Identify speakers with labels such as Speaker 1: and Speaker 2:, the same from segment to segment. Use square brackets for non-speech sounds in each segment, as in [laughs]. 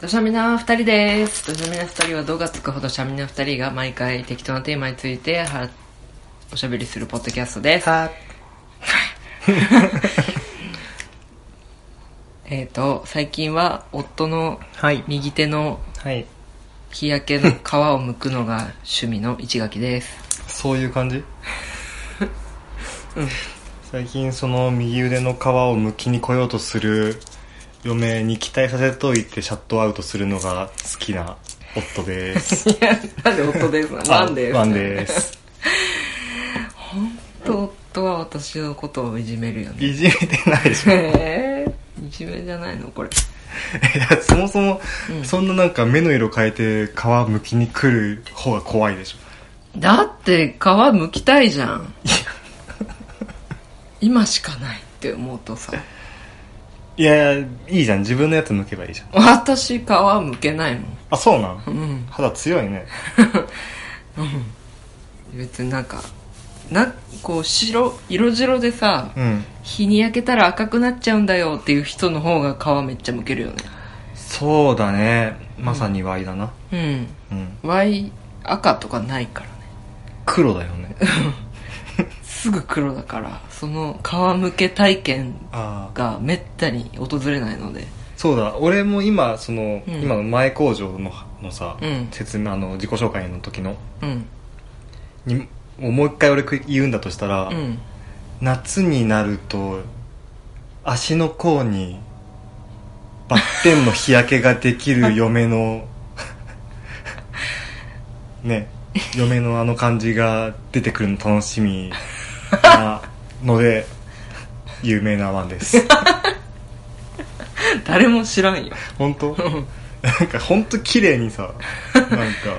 Speaker 1: ドシャミナ2人です。ドシャミナ2人は動画つくほどシャミナ2人が毎回適当なテーマについてはおしゃべりするポッドキャストです。
Speaker 2: は
Speaker 1: えっ、と、最近は夫の
Speaker 2: はい
Speaker 1: 右手の
Speaker 2: はい
Speaker 1: 日焼けの皮を剥くのが趣味の一垣です。
Speaker 2: そういう感じ、最近その右腕の皮をむきに来ようとする嫁に期待させといてシャットアウトするのが好きな夫です
Speaker 1: いや、 [laughs] なんで夫ですのワンです。
Speaker 2: [laughs] ワンです
Speaker 1: と夫は私のことをいじめるよね。
Speaker 2: いじめてないでしょ
Speaker 1: えー、いじめじゃないのこれ。
Speaker 2: いやそもそも、
Speaker 1: ん
Speaker 2: そんななんか目の色変えて皮むきに来る方が怖いでしょ
Speaker 1: だって皮剥きたいじゃ [laughs] ん今しかないって思うとさ
Speaker 2: いやいいじゃん自分のやつむけばいいじゃん
Speaker 1: 私皮剥けないもん
Speaker 2: あそうなん、
Speaker 1: ん
Speaker 2: 肌強いね
Speaker 1: 別になんかなこう白色白でさ、
Speaker 2: うん
Speaker 1: 日に焼けたら赤くなっちゃうんだよっていう人の方が皮めっちゃ剥けるよね
Speaker 2: そうだねまさにワイだな
Speaker 1: うん
Speaker 2: うん
Speaker 1: ワイ赤とかないからね
Speaker 2: 黒だよね
Speaker 1: すぐ黒だからその皮むけ体験
Speaker 2: ああ
Speaker 1: がめったに訪れないので
Speaker 2: そうだ俺も今その、
Speaker 1: うん
Speaker 2: 今の前工場ののさ、
Speaker 1: うん
Speaker 2: 説明あの自己紹介の時の
Speaker 1: うん
Speaker 2: にもう一回俺言うんだとしたら、
Speaker 1: うん
Speaker 2: 夏になると足の甲にバッテンの日焼けができる嫁
Speaker 1: [laughs]
Speaker 2: のね嫁のあの感じが出てくるの楽しみなので有名なワンです
Speaker 1: [laughs] 誰も知らんよ
Speaker 2: 本当 [laughs] なんか本当綺麗にさなん
Speaker 1: い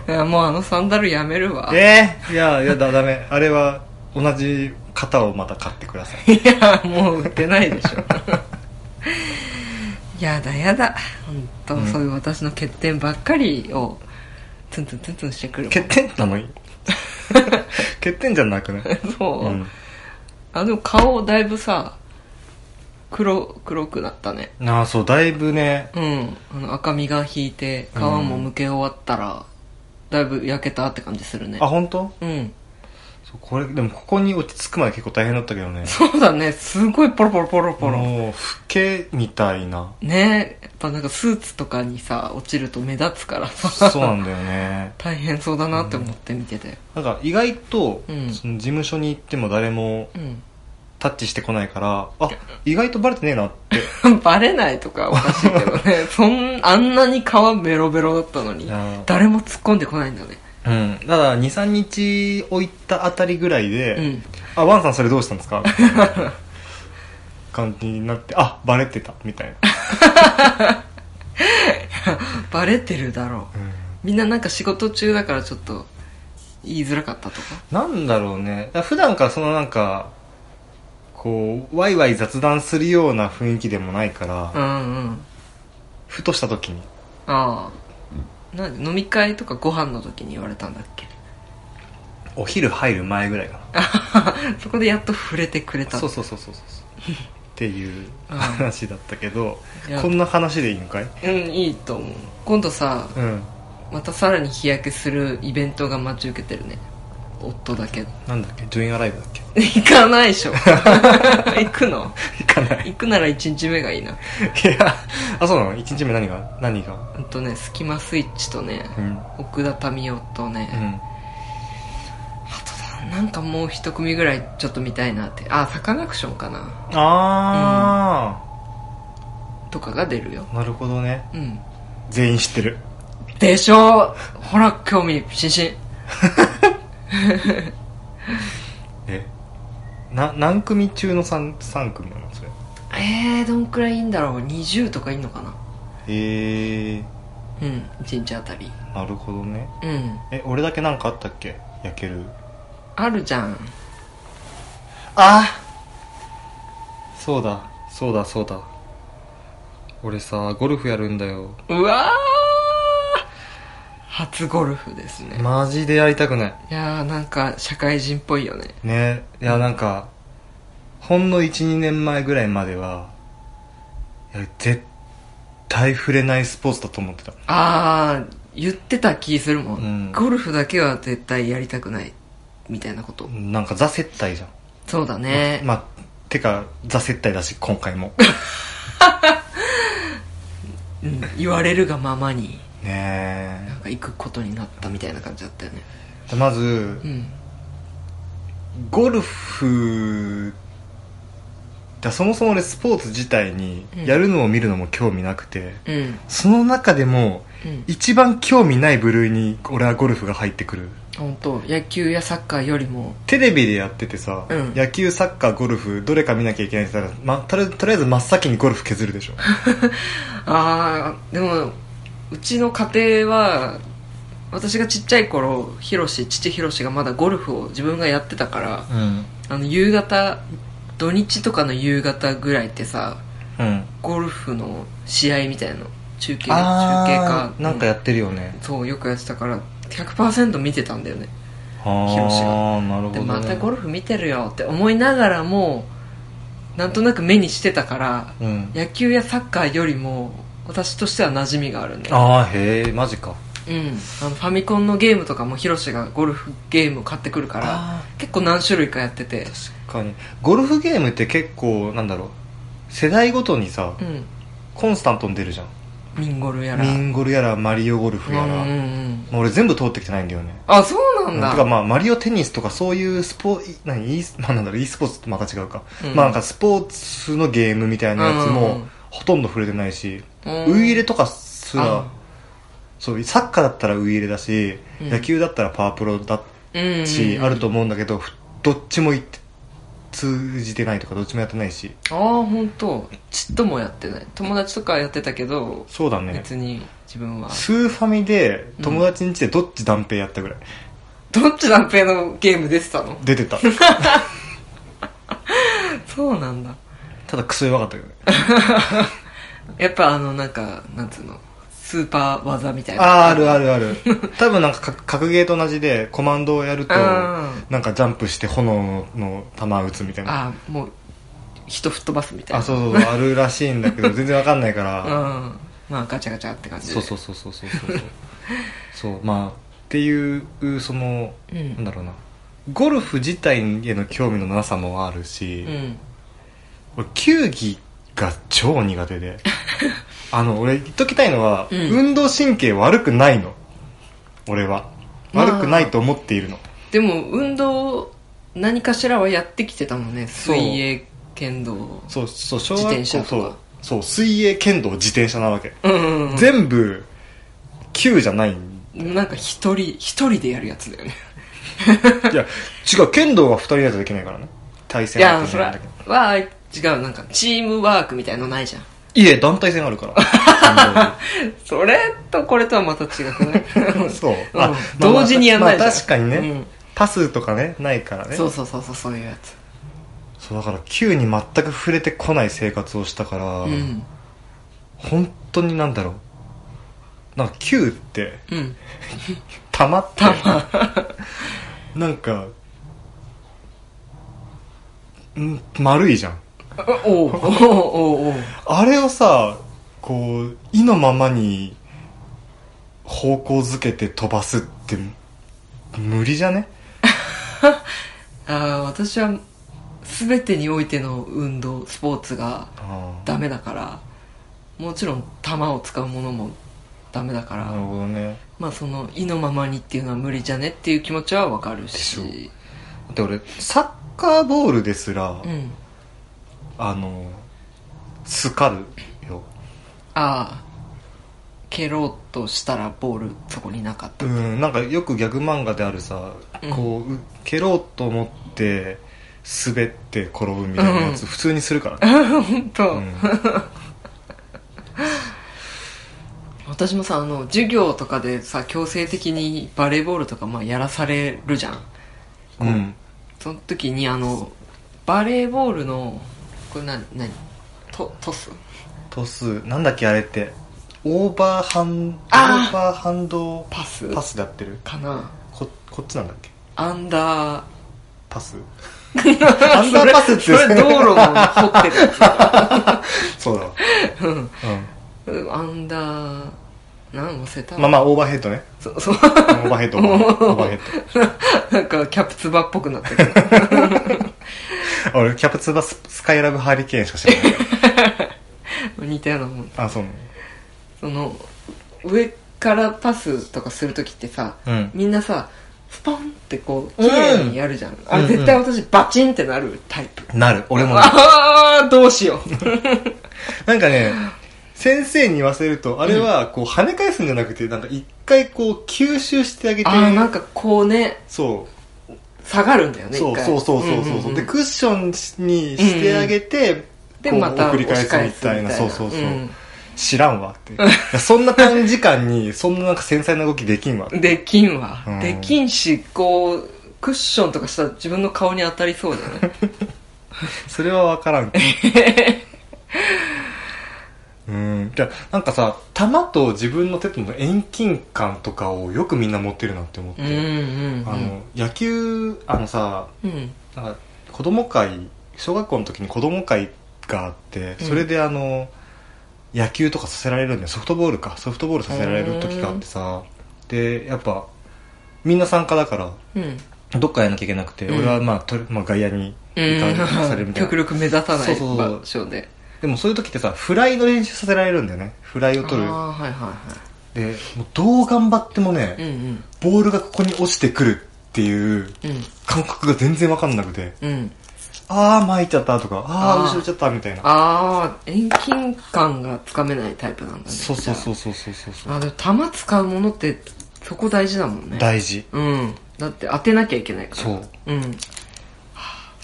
Speaker 2: か
Speaker 1: やもうあのサンダルやめるわい
Speaker 2: [laughs] えー、いやいやだダメあれは同じ型をまた買ってください
Speaker 1: やもう売ってないでし
Speaker 2: [laughs]
Speaker 1: ょやだやだ本当、
Speaker 2: うん
Speaker 1: そういう私の欠点ばっかりをツンツンツンツンしてくる
Speaker 2: 欠点な [laughs] のに欠点じゃなくない
Speaker 1: そう、
Speaker 2: うん
Speaker 1: あでも顔だいぶさ黒黒くなったね
Speaker 2: ああそうだいぶね
Speaker 1: うんあの赤みが引いて皮もむけ終わったら、だいぶ焼けたって感じするね
Speaker 2: あ本当？
Speaker 1: うん
Speaker 2: そうこれでもここに落ち着くまで結構大変だったけどね
Speaker 1: そうだねすごいポロポロポロポロ、
Speaker 2: もう老けみたい [laughs] な
Speaker 1: ねやっぱなんかスーツとかにさ落ちると目立つからさ
Speaker 2: そうなんだよね
Speaker 1: 大変そうだなって思って見てたよ
Speaker 2: なんか意外と、
Speaker 1: うん
Speaker 2: その事務所に行っても誰も
Speaker 1: う
Speaker 2: タッチしてこないからあ意外とバレてねえなって
Speaker 1: んバレないとかおかしいけど [laughs] ねそんあんなに皮ベロベロだったのに
Speaker 2: いや
Speaker 1: 誰も突っ込んでこないんだね
Speaker 2: うん、ただ23日置いたあたりぐらいで「
Speaker 1: うん
Speaker 2: あワンさんそれどうしたんですか?」みたいな感じになって「あバレてた」みたいな、
Speaker 1: バレてるだろうみんななんか仕事中だからちょっと言いづらかったとか
Speaker 2: なんだろうねだから普段からそのなんかこうワイワイ雑談するような雰囲気でもないから、
Speaker 1: うんうん
Speaker 2: ふとした時に
Speaker 1: ああなんで飲み会とかご飯の時に言われたんだっけ [laughs]
Speaker 2: お昼入る前ぐらいかな
Speaker 1: そこでやっと触れてくれた
Speaker 2: そうそうそうそうそうそうっていう
Speaker 1: うん
Speaker 2: 話だったけど
Speaker 1: いや
Speaker 2: こんな話でいいのかい、
Speaker 1: うんいいと思う今度さ
Speaker 2: うん、
Speaker 1: またさらに日焼けするイベントが待ち受けてるね夫だけ
Speaker 2: なんだっけジョインアライブだっけ
Speaker 1: 行かないで
Speaker 2: [laughs]
Speaker 1: しょ行くの
Speaker 2: 行かない
Speaker 1: 行くなら1日目がいいない
Speaker 2: やあそうなの1日目何が何が
Speaker 1: うんとねスキマスイッチとね
Speaker 2: うん
Speaker 1: 奥田民生とね、
Speaker 2: うん
Speaker 1: あとだなんかもう一組ぐらいちょっと見たいなってあサカナクションかな
Speaker 2: あ
Speaker 1: とかが出るよ
Speaker 2: あ、なるほどね
Speaker 1: うん
Speaker 2: 全員知ってる
Speaker 1: でしょほら興味津々
Speaker 2: えな何組中の 3, 三組なのそれ
Speaker 1: えー、どんくらいいいんだろう20とかいいのかな
Speaker 2: ええ
Speaker 1: うん1日あたり
Speaker 2: ー、なるほどね
Speaker 1: うん
Speaker 2: え俺だけなんかあったっけ焼ける
Speaker 1: あるじゃん
Speaker 2: あそうだそうだそうだ俺さゴルフやるんだよ
Speaker 1: うわー初ゴルフですね、
Speaker 2: マジでやりたくない
Speaker 1: いやーなんか社会人っぽいよね
Speaker 2: ねいやなんかほんの12年前ぐらいまではいや絶対触れないスポーツだと思ってた
Speaker 1: ああ言ってた気するもん、
Speaker 2: うん
Speaker 1: ゴルフだけは絶対やりたくないみたいなこと
Speaker 2: なんかザ接待じゃん
Speaker 1: そうだね、
Speaker 2: まあてかザ接待だし今
Speaker 1: [laughs]
Speaker 2: 回も
Speaker 1: うん言われるがままに
Speaker 2: ね
Speaker 1: なんか行くことになったみたいな感じだったよね
Speaker 2: えまず、
Speaker 1: うん
Speaker 2: ゴルフだそもそも俺スポーツ自体に
Speaker 1: うん
Speaker 2: やるのを見るのも興味なくて、
Speaker 1: うん
Speaker 2: その中でも
Speaker 1: うん
Speaker 2: 一番興味ない部類に俺はゴルフが入ってくる
Speaker 1: 本当野球やサッカーよりも
Speaker 2: テレビでやっててさ、
Speaker 1: うん
Speaker 2: 野球サッカーゴルフどれか見なきゃいけないって言ったら、ま、とりあえずとりあえず真っ先にゴルフ削るでしょ
Speaker 1: ああでもうちの家庭は私がちっちゃい頃ヒロシ父ヒロシがまだゴルフを自分がやってたから
Speaker 2: うん
Speaker 1: あの夕方土日とかの夕方ぐらいってさ
Speaker 2: うん
Speaker 1: ゴルフの試合みたいな中継中継
Speaker 2: あ
Speaker 1: か
Speaker 2: ーなんかやってるよね、
Speaker 1: そうよくやってたから100%見てたんだよね
Speaker 2: あ
Speaker 1: ヒロシ
Speaker 2: あなるほど、
Speaker 1: で
Speaker 2: ね、
Speaker 1: またゴルフ見てるよって思いながらもなんとなく目にしてたから
Speaker 2: うん
Speaker 1: 野球やサッカーよりも私としては馴染みがあるんだよ、
Speaker 2: ああへえマジか
Speaker 1: うん、あのファミコンのゲームとかもヒロシがゴルフゲーム買ってくるから
Speaker 2: あ
Speaker 1: 結構何種類かやってて
Speaker 2: ー確かにゴルフゲームって結構なんだろう世代ごとにさ、
Speaker 1: うん
Speaker 2: コンスタントに出るじゃん
Speaker 1: ミンゴルやら
Speaker 2: ミンゴルやらマリオゴルフやら、
Speaker 1: うんう
Speaker 2: も
Speaker 1: んうん
Speaker 2: う俺全部通ってきてないんだよね
Speaker 1: あそうなんだ
Speaker 2: てかまあマリオテニスとかそういうスポー何 e ス [laughs] まあなんだろう e スポーツとまた違うか、
Speaker 1: うん
Speaker 2: まあなんかスポーツのゲームみたいなやつ
Speaker 1: う
Speaker 2: も
Speaker 1: ん
Speaker 2: ほとんど触れてないし、
Speaker 1: うん
Speaker 2: ウイイレとかすら
Speaker 1: あ
Speaker 2: そうサッカーだったらウイイレだし、
Speaker 1: うん
Speaker 2: 野球だったらパワープロだ
Speaker 1: うん
Speaker 2: し、
Speaker 1: うん
Speaker 2: あると思うんだけどふどっちもいって通じてないとかどっちもやってないし
Speaker 1: ああ本当ちっともやってない友達とかやってたけど、
Speaker 2: そうだね
Speaker 1: 別に自分は
Speaker 2: スーファミで友達ん家でどっち断片やったぐらい、
Speaker 1: どっちだっぺのゲーム出てたの
Speaker 2: 出て
Speaker 1: [laughs]
Speaker 2: た
Speaker 1: そうなんだ
Speaker 2: ただクソ弱かったけどね
Speaker 1: やっぱあのなんかなんつうのスーパー技みたいな
Speaker 2: あーあるあるある多分なんか格格ゲーと同じでコマンドをやると
Speaker 1: あ
Speaker 2: なんかジャンプして炎の弾撃つみたいなあ
Speaker 1: ああもう人吹っ飛ばすみたいな
Speaker 2: そうそうそうあるらしいんだけど全然わかんない
Speaker 1: [laughs]
Speaker 2: から、
Speaker 1: んまあガチャガチャって感じで
Speaker 2: そうそうそうそうそうそう [laughs] そうまあっていうその、
Speaker 1: うん
Speaker 2: なんだろうなゴルフ自体への興味のなさもあるし、
Speaker 1: うん
Speaker 2: 俺球技が超苦手で [laughs] あの俺言っときたいのは、
Speaker 1: うん
Speaker 2: 運動神経悪くないの俺は
Speaker 1: まあ
Speaker 2: 悪くないと思っているの、
Speaker 1: でも運動何かしらはやってきてたもんね
Speaker 2: そう
Speaker 1: 水泳剣道
Speaker 2: そうそう小
Speaker 1: 自
Speaker 2: 学
Speaker 1: 転
Speaker 2: 校
Speaker 1: 車と
Speaker 2: と
Speaker 1: か
Speaker 2: そう水泳剣道自転車なわけ、
Speaker 1: うんうんうん
Speaker 2: 全部球じゃないん
Speaker 1: なんか一人一人でやるやつだよね
Speaker 2: いや違う剣道は2人だとできないからね対
Speaker 1: い
Speaker 2: 戦
Speaker 1: や
Speaker 2: はで
Speaker 1: そ
Speaker 2: き
Speaker 1: れ
Speaker 2: ないん
Speaker 1: は
Speaker 2: だけど
Speaker 1: は違うなんかチームワークみたいのないじゃん
Speaker 2: いえ団体戦あるから
Speaker 1: それとこれとはまた違くない
Speaker 2: 剣道 [laughs] [laughs] そう、
Speaker 1: うん
Speaker 2: あ
Speaker 1: 同時にやんないじゃん
Speaker 2: まあ確かにね、
Speaker 1: うん
Speaker 2: パスとかねないからね
Speaker 1: そうそうそうそうそういうやつ
Speaker 2: そうだから球に全く触れてこない生活をしたから、
Speaker 1: うん
Speaker 2: 本当になんだろうなんか球って
Speaker 1: うん
Speaker 2: たまって [laughs] なんかん丸いじゃん
Speaker 1: おおうおうおうおう
Speaker 2: あれをさこう意のままに方向づけて飛ばすって無理じゃね
Speaker 1: ああ私は全てにおいての運動スポーツが
Speaker 2: あ
Speaker 1: ダメだからもちろん弾を使うものもダメだか
Speaker 2: あなる
Speaker 1: ら
Speaker 2: ほどね
Speaker 1: まあその意のままにっていうのは無理じゃねっていう気持ちはわかるし
Speaker 2: だって俺サッカーボールですら、
Speaker 1: うん
Speaker 2: あのスカるよ
Speaker 1: ああ蹴ろうとしたらボールそこになかった
Speaker 2: うん、なんかよくギャグ漫画であるさ、
Speaker 1: うん
Speaker 2: こうう蹴ろうと思って滑って転ぶみたいなやつ、
Speaker 1: うん
Speaker 2: 普通にするから
Speaker 1: [laughs]
Speaker 2: ね、
Speaker 1: 本当、
Speaker 2: うん、
Speaker 1: 私もさあの授業とかでさ強制的にバレーボールとかまあやらされるじゃん
Speaker 2: うん
Speaker 1: その時にあのバレーボールのこれ何何トトス
Speaker 2: トスなんだっけあれってオーバーハンドオ
Speaker 1: あー
Speaker 2: ーバーハンド
Speaker 1: パス
Speaker 2: パスでやってる
Speaker 1: かな
Speaker 2: ここっちなんだっけ
Speaker 1: アンダー
Speaker 2: パ
Speaker 1: [laughs]
Speaker 2: スアンダーパスって
Speaker 1: それそれ道路の掘ってるやつ
Speaker 2: [laughs] そうだわ、
Speaker 1: うん
Speaker 2: うん
Speaker 1: うんアンせた
Speaker 2: まあまあオーバーヘッドね
Speaker 1: そそう [laughs]
Speaker 2: オーバーヘッドオーバーヘッ
Speaker 1: なんかキャプツバっぽくなったけど
Speaker 2: ド俺キャプツバススカイラブハリケーンしか知
Speaker 1: [laughs]
Speaker 2: らない
Speaker 1: 似たようなもん
Speaker 2: あそうなの
Speaker 1: その上からパスとかする時ってさ、
Speaker 2: うん
Speaker 1: みんなさスポンってこう綺麗にやるじゃん、あ
Speaker 2: うんう
Speaker 1: れ
Speaker 2: ん
Speaker 1: 絶対私バチンってなるタイプ、
Speaker 2: なる俺もね
Speaker 1: ああどうしよ
Speaker 2: なんかね先生に言わせるとあれはこう跳ね返すんじゃなくてなんか一回こう吸収してあげ
Speaker 1: う
Speaker 2: て
Speaker 1: ああなんかこうね
Speaker 2: そう
Speaker 1: 下がるんだよね
Speaker 2: そう
Speaker 1: 一回
Speaker 2: そうそうそうそう,、
Speaker 1: んんん
Speaker 2: でクッションにしてあげて、
Speaker 1: で
Speaker 2: こう
Speaker 1: また
Speaker 2: 繰り返すみたいな
Speaker 1: 押し返すみ
Speaker 2: そうそうそうん知らんわってい
Speaker 1: [laughs]
Speaker 2: やそんな短時間にそんななんか繊細な動きできんわって
Speaker 1: できんわ、
Speaker 2: うん
Speaker 1: できんしこうクッションとかしたら自分の顔に当たりそうだよね
Speaker 2: [laughs] それは分からんけどうんじゃなんかさ球と自分の手との遠近感とかをよくみんな持ってるなって思っ
Speaker 1: う
Speaker 2: て、
Speaker 1: んうんうん
Speaker 2: あの野球あのさ
Speaker 1: うん
Speaker 2: なんか子供会小学校の時に子供会があって
Speaker 1: うん
Speaker 2: それであの、野球とかさせられるんだよソフトボールかソフトボールさせられる時があってさでやっぱみんな参加だから
Speaker 1: うん
Speaker 2: どっかやらなきゃいけなくて、
Speaker 1: うん
Speaker 2: 俺は、まあ、とりまあ外野に行かされるみたいな、
Speaker 1: 極力目立たな
Speaker 2: そ
Speaker 1: いう
Speaker 2: そうそう
Speaker 1: 場所で
Speaker 2: でもそういう時ってさフライの練習させられるんだよねフライを取る
Speaker 1: ああはいは
Speaker 2: でもうどう頑張ってもね、
Speaker 1: いはいうん
Speaker 2: ボールがここに落ちてくるっていう
Speaker 1: うんうん
Speaker 2: 感覚が全然わかんなくて
Speaker 1: うん
Speaker 2: ああ巻いちゃったとかああ
Speaker 1: あー
Speaker 2: 後ろ行っちゃったみたいな
Speaker 1: ああ遠近感がつかめないタイプなんだね
Speaker 2: そうそうそううそうそうそうそう
Speaker 1: あでも弾使うものってそこ大事だもんね
Speaker 2: 大事
Speaker 1: うんだって当てなきゃいけないから
Speaker 2: そう
Speaker 1: うん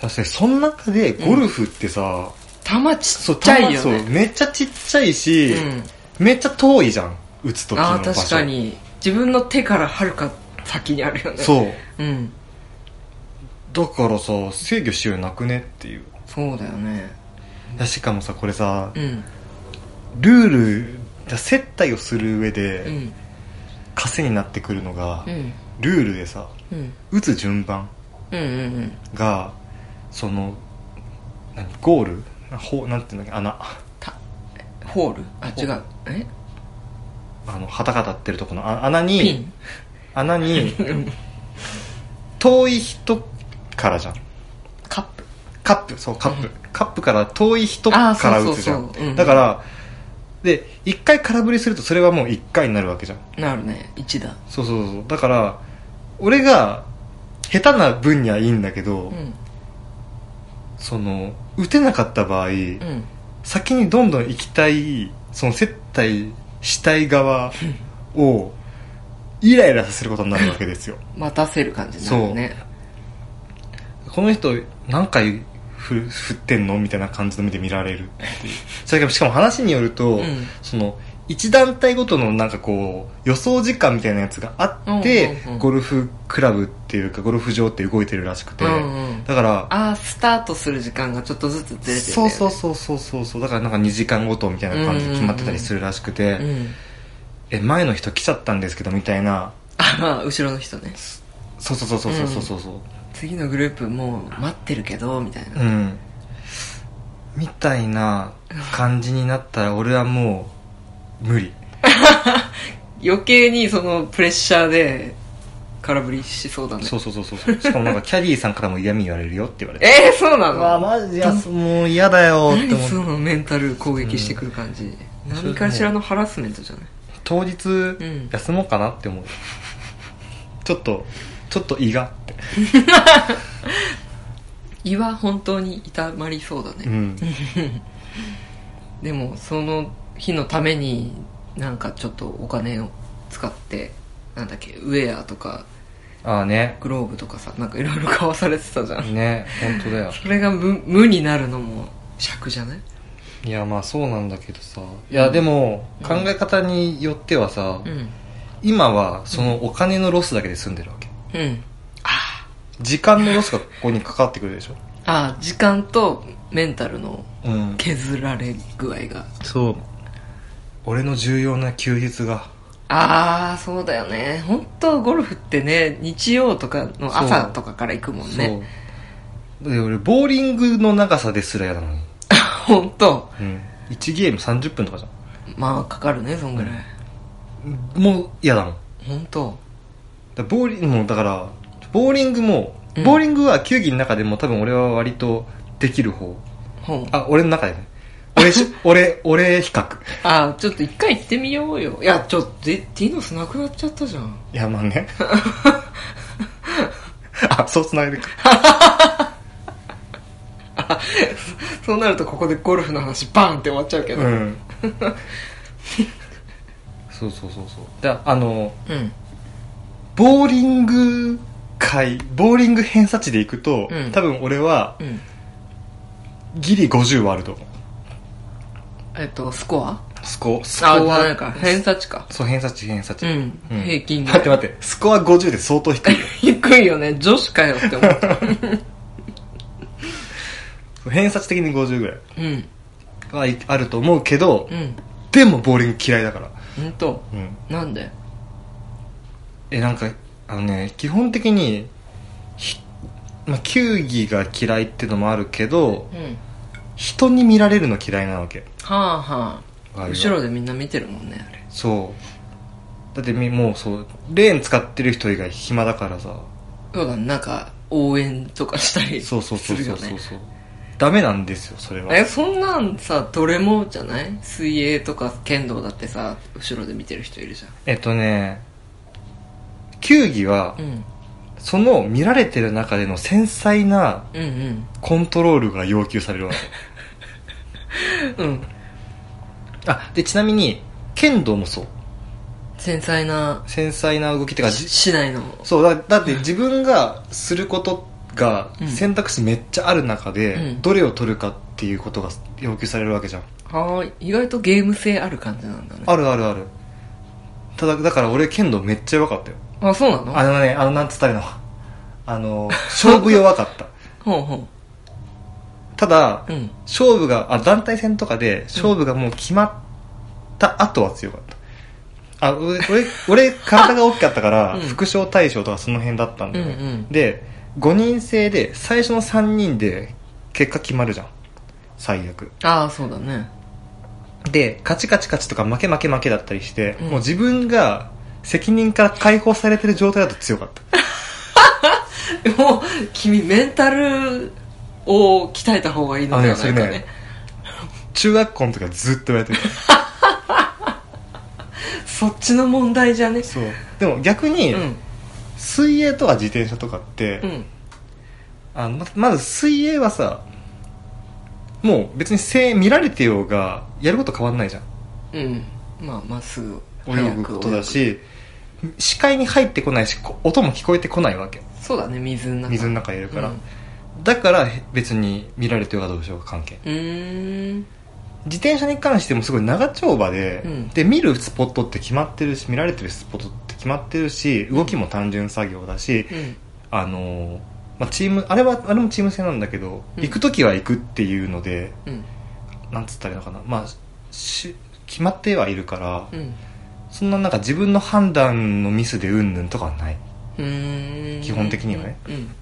Speaker 2: だってその中でゴルフってさ、
Speaker 1: 弾ち
Speaker 2: そう
Speaker 1: っちゃいよ
Speaker 2: そう
Speaker 1: ね
Speaker 2: めっちゃちっちゃいし、
Speaker 1: うん
Speaker 2: めっちゃ遠いじゃん打つ時の
Speaker 1: あ
Speaker 2: 場
Speaker 1: あ
Speaker 2: 所
Speaker 1: 確かに自分の手からはるか先にあるよねう
Speaker 2: そう
Speaker 1: うん
Speaker 2: だからさ制御しようなくねっていう
Speaker 1: そうだよね
Speaker 2: だしかもさこれさ
Speaker 1: うん
Speaker 2: ルールだ接待をする上
Speaker 1: う
Speaker 2: で
Speaker 1: ん
Speaker 2: 枷になってくるのが、
Speaker 1: うん
Speaker 2: ルールでさ
Speaker 1: うん
Speaker 2: 打つ順番
Speaker 1: うんうんうん
Speaker 2: がその何ゴールなほうなんていうんだっけ穴
Speaker 1: たホールあ
Speaker 2: ホ
Speaker 1: 違うえ
Speaker 2: あの旗が立ってるとこのあ穴に
Speaker 1: ピン
Speaker 2: 穴に遠い人からじゃん
Speaker 1: カップ
Speaker 2: カップそうカップ、
Speaker 1: うん
Speaker 2: カップから遠い人
Speaker 1: あー
Speaker 2: から打つじゃ
Speaker 1: そ
Speaker 2: ん
Speaker 1: うそうそううん
Speaker 2: だからで一回空振りするとそれはもう一回になるわけじゃん
Speaker 1: なるね1だ
Speaker 2: そうそうそうだから俺が下手な分にはいいんだけど、
Speaker 1: うん
Speaker 2: その打てなかった場合、
Speaker 1: うん
Speaker 2: 先にどんどん行きたいその接待したい側をイライラさせることになるわけですよ
Speaker 1: 待たせる感じになるね
Speaker 2: この人何回ふ振ってんのみたいな感じの目で見られるっていうそれからしかも話によると、
Speaker 1: うん
Speaker 2: その1団体ごとのなんかこう予想時間みたいなやつがあっ
Speaker 1: う
Speaker 2: て、
Speaker 1: んうんうん
Speaker 2: ゴルフクラブっていうかゴルフ場って動いてるらしくて、
Speaker 1: うんうん
Speaker 2: だから
Speaker 1: ああスタートする時間がちょっとずつずれてる、ね、
Speaker 2: そうそうそうそうそうそうだからなんか2時間ごとみたいな感じで決まってたりするらしくて、
Speaker 1: うん
Speaker 2: え前の人来ちゃったんですけどみたいな
Speaker 1: あまあ後ろの人ね
Speaker 2: そうそうそうそうそうそうそう
Speaker 1: 次のグループもう待ってるけどみたいな
Speaker 2: うん、みたいな感じになったら俺はもう無理
Speaker 1: 余計にそのプレッシャーで空振りしそうだね
Speaker 2: そうそうそうそうそう [laughs] しかもなんかキャディーさんからも嫌味言われるよって言われて
Speaker 1: えー、そうな
Speaker 2: うわ
Speaker 1: の
Speaker 2: マジやもう嫌だよって
Speaker 1: 何そ
Speaker 2: 思って
Speaker 1: のメンタル攻撃してくる感じ、何かしらのハラスメントじゃない
Speaker 2: 当日
Speaker 1: ん
Speaker 2: 休もうかなって思うちょっとちょっと胃がって
Speaker 1: 胃は本当に痛まりそうだね、
Speaker 2: うん
Speaker 1: [laughs] でもその日のためになんかちょっとお金を使ってなんだっけウェアとか
Speaker 2: ああね
Speaker 1: グローブとかさなんかいろいろ買わされてたじゃん
Speaker 2: ね本当だよ
Speaker 1: それが無無になるのも尺じゃない
Speaker 2: いやまあそうなんだけどさいやでも
Speaker 1: うん
Speaker 2: 考え方によってはさ、
Speaker 1: うん
Speaker 2: 今はそのお金のロスだけで済んでるわけ
Speaker 1: うんあ
Speaker 2: 時間のロスがここにかかってくるでしょ
Speaker 1: ーあー時間とメンタルの
Speaker 2: うん
Speaker 1: 削られ具合が
Speaker 2: そう俺の重要な休日が
Speaker 1: ああそうだよね本当ゴルフってね日曜とかの朝とかから行くもんね
Speaker 2: そうで俺ボーリングの長さですら嫌なのに、
Speaker 1: 本当
Speaker 2: うん、1ゲーム30分とかじゃん
Speaker 1: まあかかるねそんぐらい、
Speaker 2: もう嫌だもん
Speaker 1: 本当
Speaker 2: だボーリングもだからボーリングも
Speaker 1: うん
Speaker 2: ボーリングは球技の中でも多分俺は割とできる方
Speaker 1: ほう
Speaker 2: あ俺の中でね俺 [laughs] し俺俺比較
Speaker 1: あちょっと一回行ってみようよいやちょっとでティノスなくなっちゃったじゃん
Speaker 2: いやまあね [laughs] あそうつなげるか
Speaker 1: そうなるとここでゴルフの話バーンって終わっちゃうけど
Speaker 2: う、 [laughs] んそうそうそうそうであの
Speaker 1: うん
Speaker 2: ボーリング界ボーリング偏差値でいくと、
Speaker 1: うん
Speaker 2: 多分俺は
Speaker 1: うん
Speaker 2: ギリ50はあると思う
Speaker 1: えっとスコア
Speaker 2: スコスコ
Speaker 1: あ
Speaker 2: ア
Speaker 1: じゃないか偏差値か
Speaker 2: そう偏差値偏差値、
Speaker 1: うん平均が
Speaker 2: 待って待ってスコア50で相当低
Speaker 1: [laughs]
Speaker 2: いよ
Speaker 1: [laughs] 低いよね女子かよって思った
Speaker 2: 偏差値的に50ぐらい
Speaker 1: うん
Speaker 2: はいあると思うけど、
Speaker 1: うん
Speaker 2: でもボーリング嫌いだから、
Speaker 1: ほんと
Speaker 2: うん、
Speaker 1: なんで
Speaker 2: えなんかあのね基本的にひまあ、球技が嫌いってのもあるけど
Speaker 1: うん
Speaker 2: 人に見られるの嫌いなわけ
Speaker 1: はあはあ
Speaker 2: あれは
Speaker 1: 後ろでみんな見てるもんねあれ
Speaker 2: そうだってみもうそうレーン使ってる人以外暇だからさ
Speaker 1: そうだねなんか応援とかしたりす
Speaker 2: そう
Speaker 1: る
Speaker 2: そうそうそ
Speaker 1: よ
Speaker 2: うそう
Speaker 1: ね
Speaker 2: そう、ダメなんですよそれは
Speaker 1: えそんなんさどれもじゃない水泳とか剣道だってさ後ろで見てる人いるじ
Speaker 2: えっとね球技は
Speaker 1: ゃん、うん、
Speaker 2: その見られてる中での繊細な
Speaker 1: うんうん
Speaker 2: コントロールが要求されるわけ
Speaker 1: うん
Speaker 2: [laughs] あでちなみに剣道もそう
Speaker 1: 繊細な
Speaker 2: 繊細な動きってかじ
Speaker 1: 市内の
Speaker 2: そうだだって自分がすることが
Speaker 1: うん
Speaker 2: 選択肢めっちゃある中で、
Speaker 1: うん
Speaker 2: どれを取るかっていうことが要求されるわけじゃん
Speaker 1: はーい意外とゲーム性ある感じなんだね
Speaker 2: あるあるあるただだから俺剣道めっちゃ弱かったよ
Speaker 1: あそうなの
Speaker 2: あのねあのなんつったらいいのあ [laughs] の勝負弱かった
Speaker 1: ほうほ
Speaker 2: ただ、
Speaker 1: ううん
Speaker 2: 勝負があ団体戦とかで勝負がもう決まった後は強かった、あ [laughs] 俺俺俺体が大きかったから、 [laughs]
Speaker 1: うん
Speaker 2: 副賞大賞とかその辺だったん
Speaker 1: う
Speaker 2: だ
Speaker 1: んう
Speaker 2: よ、
Speaker 1: ん
Speaker 2: で5人制で最初の3人で結果決まるじゃん最悪
Speaker 1: ああそうだね
Speaker 2: でカチカチカチとか負け負け負けだったりして、
Speaker 1: うん
Speaker 2: もう自分が責任から解放されてる状態だと強かった
Speaker 1: もう君メンタルを鍛えた方がいいのではないか
Speaker 2: あのねそれ
Speaker 1: ね
Speaker 2: ね中学校の時はずっと言われてる
Speaker 1: [laughs] そっちの問題じゃね
Speaker 2: そうでも逆に、
Speaker 1: うん
Speaker 2: 水泳とか自転車とかって、
Speaker 1: うん
Speaker 2: あのままず水泳はさもう別にせ見られてようがやること変わんないじゃん
Speaker 1: うんまあまっすぐ
Speaker 2: 泳ぐことだし視界に入ってこないしこ音も聞こえてこないわけ
Speaker 1: そうだね水の中
Speaker 2: 水の中いるから、
Speaker 1: うん
Speaker 2: だからへ別に見られてようがどうしようが関係ないう
Speaker 1: ーん
Speaker 2: 自転車に関してもすごい長丁場で、
Speaker 1: うん
Speaker 2: で見るスポットって決まってるし見られてるスポットって決まってるし動きも単純作業だし、
Speaker 1: うん
Speaker 2: あのーまあ、チームあれはあれもチーム制なんだけど、
Speaker 1: うん
Speaker 2: 行く時は行くっていうので
Speaker 1: うん
Speaker 2: なんつったらいいのかなまあし決まってはいるから、
Speaker 1: うん
Speaker 2: そんななんか自分の判断のミスでうんぬんとかはないう
Speaker 1: ーん
Speaker 2: 基本的にはね
Speaker 1: うん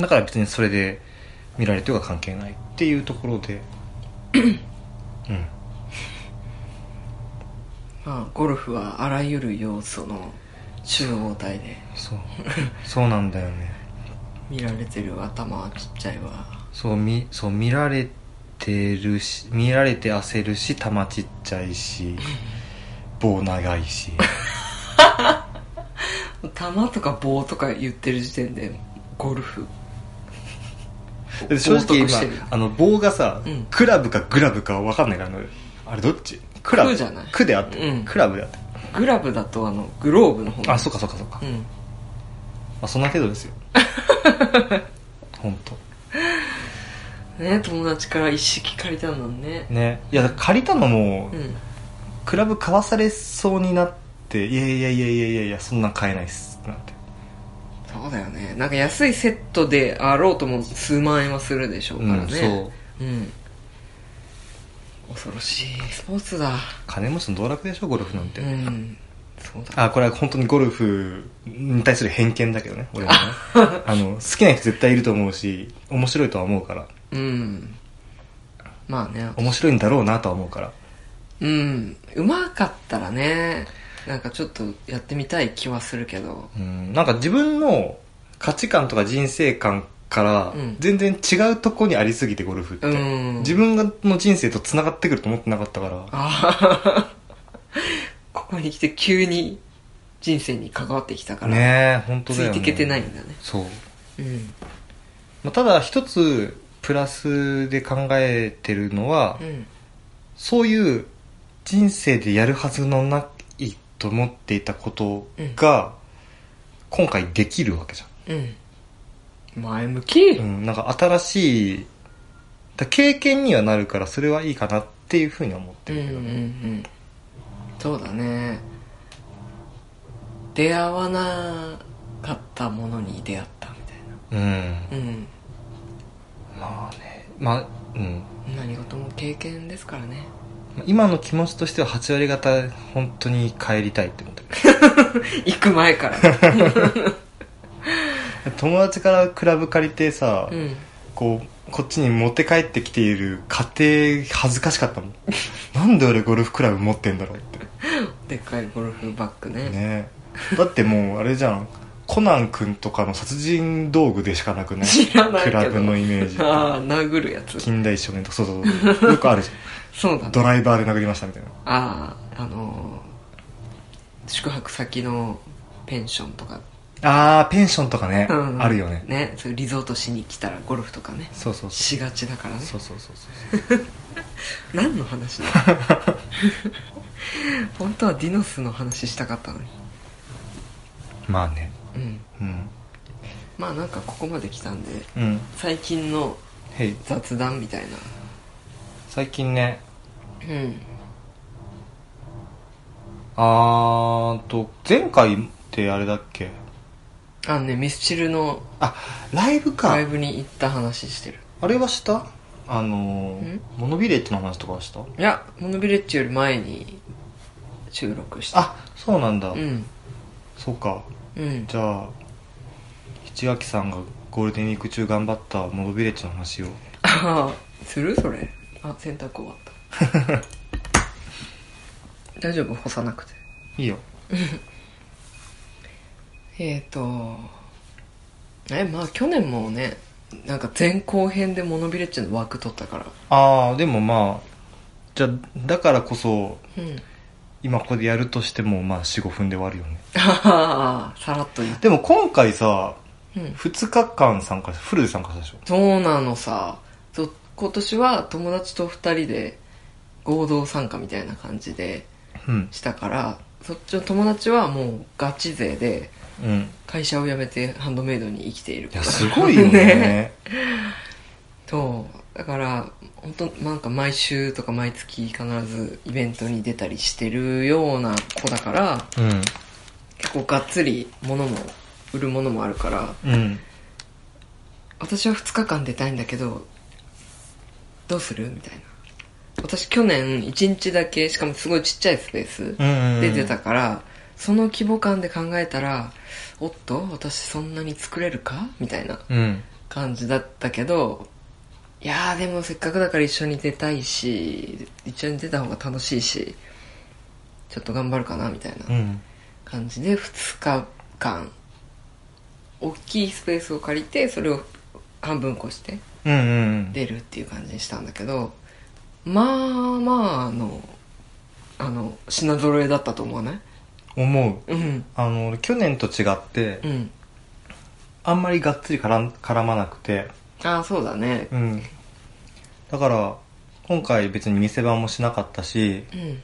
Speaker 2: だから別にそれで見られては関係ないっていうとこ
Speaker 1: [laughs]
Speaker 2: ろでうん
Speaker 1: まあゴルフはあらゆる要素の集合体で
Speaker 2: そうそうなんだよね
Speaker 1: 見られてる頭はちっちゃいわ
Speaker 2: そうみそう見られてるし見られて焦るし球ちっちゃいし棒長
Speaker 1: [laughs]
Speaker 2: いし
Speaker 1: 球とか棒とか言ってる時点でゴルフ
Speaker 2: で正直
Speaker 1: 冒涜
Speaker 2: 今
Speaker 1: してる
Speaker 2: あの棒がさ、
Speaker 1: うん
Speaker 2: クラブかグラブか分かんないからねあれどっちクラブ
Speaker 1: クじゃない
Speaker 2: クであって、
Speaker 1: うん
Speaker 2: クラブであって
Speaker 1: グラブだとあのグローブの方
Speaker 2: あそうかそうかそうか、
Speaker 1: う
Speaker 2: ま
Speaker 1: ん
Speaker 2: あ、そんな程度で
Speaker 1: [laughs]
Speaker 2: すよ本当。
Speaker 1: ね友達から一式借りたのね
Speaker 2: ねいや借りたのも、
Speaker 1: うん
Speaker 2: クラブ買わされそうになっていやいやいやいやいやいやそんなん買えないっすってなって
Speaker 1: そうだよねなんか安いセットであろうとも数万円はするでしょうから
Speaker 2: う
Speaker 1: ね
Speaker 2: ん、そう
Speaker 1: うん、恐ろしいスポーツだ
Speaker 2: 金持ちの道楽でしょゴルフなんて、
Speaker 1: うんそうだ
Speaker 2: あこれは本当にゴルフに対する偏見だけどね
Speaker 1: [laughs]
Speaker 2: 俺はねあの好きな人絶対いると思うし面白いとは思うから
Speaker 1: うんまあね
Speaker 2: 面白いんだろうなとは思うから
Speaker 1: うんうまかったらねなんかちょっとやってみたい気はするけど
Speaker 2: うんなんか自分の価値観とか人生観から
Speaker 1: うん
Speaker 2: 全然違うとこにありすぎてゴルフって、
Speaker 1: うん
Speaker 2: 自分の人生と繋がってくると思ってなかったから
Speaker 1: ああここに来て急に人生に関わってきたから、
Speaker 2: ねえ本当
Speaker 1: つ
Speaker 2: だよ、
Speaker 1: い
Speaker 2: ね、
Speaker 1: ていけてないんだね
Speaker 2: そう、
Speaker 1: うん
Speaker 2: まあ、ただ一つプラスで考えてるのは、
Speaker 1: うん
Speaker 2: そういう人生でやるはずのないと思っていたことが、今回できるわけじ
Speaker 1: うん前向き、
Speaker 2: ゃん、うん、なんか新しいだ経験にはなるからそれはいいかなっていうふうには思って
Speaker 1: うん
Speaker 2: る
Speaker 1: うん
Speaker 2: け
Speaker 1: う
Speaker 2: ど、
Speaker 1: んそうだね出会わなかったものに出会ったみ
Speaker 2: うん
Speaker 1: たいなうん
Speaker 2: まあねまあうん
Speaker 1: 何事も経験ですからね
Speaker 2: 今の気持ちとしては8割方本当に帰りたいって思ってる
Speaker 1: 行く前から
Speaker 2: [laughs] 友達からクラブ借りてさ、
Speaker 1: うん
Speaker 2: こうこっちに持って帰ってきている過程恥ずかしかったもんなんで俺ゴルフクラブ持ってんだろうって
Speaker 1: でっかいゴルフバッグね
Speaker 2: ねだってもうあれじゃんコナン君とかの殺人道具でしかなくない
Speaker 1: 知らないけ
Speaker 2: ク
Speaker 1: ど
Speaker 2: ラブのイメージ
Speaker 1: [laughs] ああ殴るやつ
Speaker 2: 近代少年とかそうそうそうよくあるじ
Speaker 1: そうだ
Speaker 2: ゃん
Speaker 1: ね
Speaker 2: ドライバーで殴りましたみたいな
Speaker 1: あああのー宿泊先のペンションとか、
Speaker 2: ああペンションとかね、あるよね
Speaker 1: ねそういうリゾートしに来たらゴルフとかね
Speaker 2: そうそうそ
Speaker 1: しがちだから
Speaker 2: う
Speaker 1: ね
Speaker 2: そうそうそうそう
Speaker 1: 何の
Speaker 2: [laughs]
Speaker 1: 話だ本当はディノスの話したかったのに
Speaker 2: まあね
Speaker 1: うん
Speaker 2: うん
Speaker 1: まあなんかここまで来たんで
Speaker 2: うん
Speaker 1: 最近の
Speaker 2: へい
Speaker 1: 雑談みたい
Speaker 2: 最近ね
Speaker 1: なうん
Speaker 2: あーと前回ってあれだっけ
Speaker 1: あのねミスチルの
Speaker 2: あライブか
Speaker 1: ライブに行った話してる
Speaker 2: あれはしたあのー
Speaker 1: ん
Speaker 2: モノビレッジの話とかはした
Speaker 1: いやモノビレッジより前に収録した
Speaker 2: あそうなんだ、
Speaker 1: うん
Speaker 2: そうか
Speaker 1: うん
Speaker 2: じゃあ七垣さんがゴールデンウィーク中頑張ったモノビレッジの話を
Speaker 1: ああ [laughs] するそれあ洗濯終わった [laughs] 大丈夫干さなくて
Speaker 2: いいよ
Speaker 1: えーとえまあ去年もねなんか前後編でモノビレッジの枠取ったから
Speaker 2: ああでもまあじゃあだからこそ
Speaker 1: うん
Speaker 2: 今ここでやるとしてもまあ45分で終わるよね
Speaker 1: ああ [laughs] さらっと言っ
Speaker 2: でも今回さ
Speaker 1: て、うん、
Speaker 2: 2日間参加したフルで参加したでしょ
Speaker 1: そうなのさそう今年は友達と2人で合同参加みたいな感じで
Speaker 2: うん
Speaker 1: したからそっちの友達はもうガチ勢で
Speaker 2: うん
Speaker 1: 会社を辞めてハンドメイドに生きている
Speaker 2: いやすごい
Speaker 1: [laughs]
Speaker 2: よね
Speaker 1: そうだから本当なんか毎週とか毎月必ずイベントに出たりしてるような子だから結構がっつり物も売るものもあるから
Speaker 2: うんうん
Speaker 1: 私は2日間出たいんだけどどうするみたいな私去年1日だけしかもすごいちっちゃいスペース
Speaker 2: うんうん
Speaker 1: で出たからその規模感で考えたらおっと私そんなに作れるかみたいな
Speaker 2: うん
Speaker 1: 感じだったけどいやーでもせっかくだから一緒に出たいし一緒に出た方が楽しいしちょっと頑張るかなみたいな
Speaker 2: うん
Speaker 1: 感じで2日間大きいスペースを借りてそれを半分越して
Speaker 2: うんうん
Speaker 1: 出るっていう感じにしたんだけどまあまあのあの品揃えだったと思わない
Speaker 2: 思う
Speaker 1: うん
Speaker 2: あの俺去年と違って、
Speaker 1: うん
Speaker 2: あんまりがっつり絡ん絡まなくて
Speaker 1: ああそうだね
Speaker 2: うんだから今回別に店番もしなかったし
Speaker 1: うん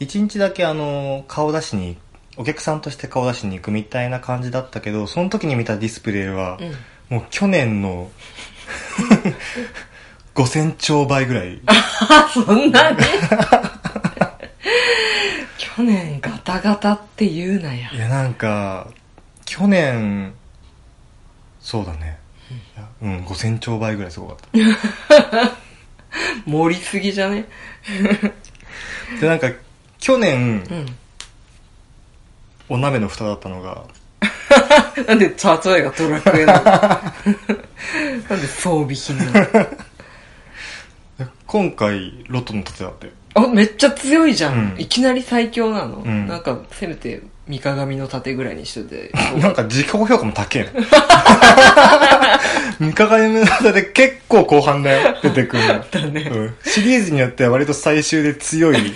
Speaker 2: 一日だけあの顔出しにお客さんとして顔出しに行くみたいな感じだったけどその時に見たディスプレイは、
Speaker 1: うん
Speaker 2: もう去
Speaker 1: [laughs]
Speaker 2: 年の5000兆倍ぐらい
Speaker 1: そんなに去年ガタガタって言うなや
Speaker 2: い。やなんか去年そうだねいやうん5000兆倍ぐらいすごかった
Speaker 1: 盛りすぎじゃね
Speaker 2: でなんか去年
Speaker 1: うん。
Speaker 2: お鍋の蓋だったのが
Speaker 1: なんで例えがドラクエなのなんで装備品なの
Speaker 2: 今回ロトの盾だって
Speaker 1: あ、めっちゃ強いじゃん。
Speaker 2: うん
Speaker 1: いきなり最強なの、
Speaker 2: ん
Speaker 1: なんか、せめて、三鏡の盾ぐらいにしといて。
Speaker 2: [laughs] なんか自己評価も高
Speaker 1: [laughs]
Speaker 2: えな。三鏡の中で結構後半
Speaker 1: [laughs]
Speaker 2: で出てくるの。
Speaker 1: だね
Speaker 2: うんシリーズによっては割と最終で
Speaker 1: [laughs]
Speaker 2: 強い。い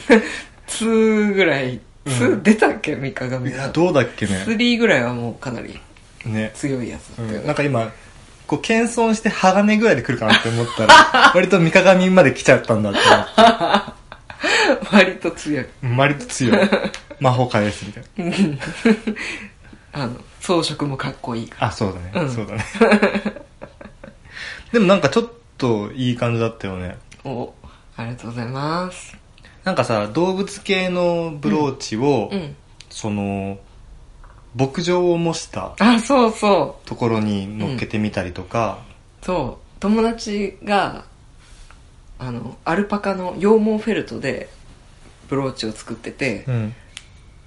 Speaker 1: 2ぐらい、
Speaker 2: う
Speaker 1: 2
Speaker 2: ん
Speaker 1: 出たっけ三鏡の
Speaker 2: や、
Speaker 1: 盾。
Speaker 2: どうだっけね。
Speaker 1: 3ぐらいはもうかなり
Speaker 2: ね。
Speaker 1: 強いやつだ
Speaker 2: う
Speaker 1: ったよ
Speaker 2: ん、
Speaker 1: ね
Speaker 2: なんか今、こう、謙遜して鋼ぐらいで来るかなって思っ
Speaker 1: [laughs]
Speaker 2: たら、割と三鏡まで来ちゃったんだって
Speaker 1: 割と強い。
Speaker 2: 思って。割と強い。魔法返すみたいな。
Speaker 1: あの、装飾もかっこいいから。
Speaker 2: あ、そうだね。
Speaker 1: うん
Speaker 2: そうだね。 [laughs] でもなんかちょっといい感じだったよね。
Speaker 1: お、ありがとうございます。
Speaker 2: なんかさ、動物系のブローチを、
Speaker 1: うん。
Speaker 2: その、牧場を模した
Speaker 1: あ、そうそ
Speaker 2: ところに乗っけてみたりとか、
Speaker 1: う。そう。友達が、あの、アルパカの羊毛フェルトで、ブローチを作ってて、
Speaker 2: うん。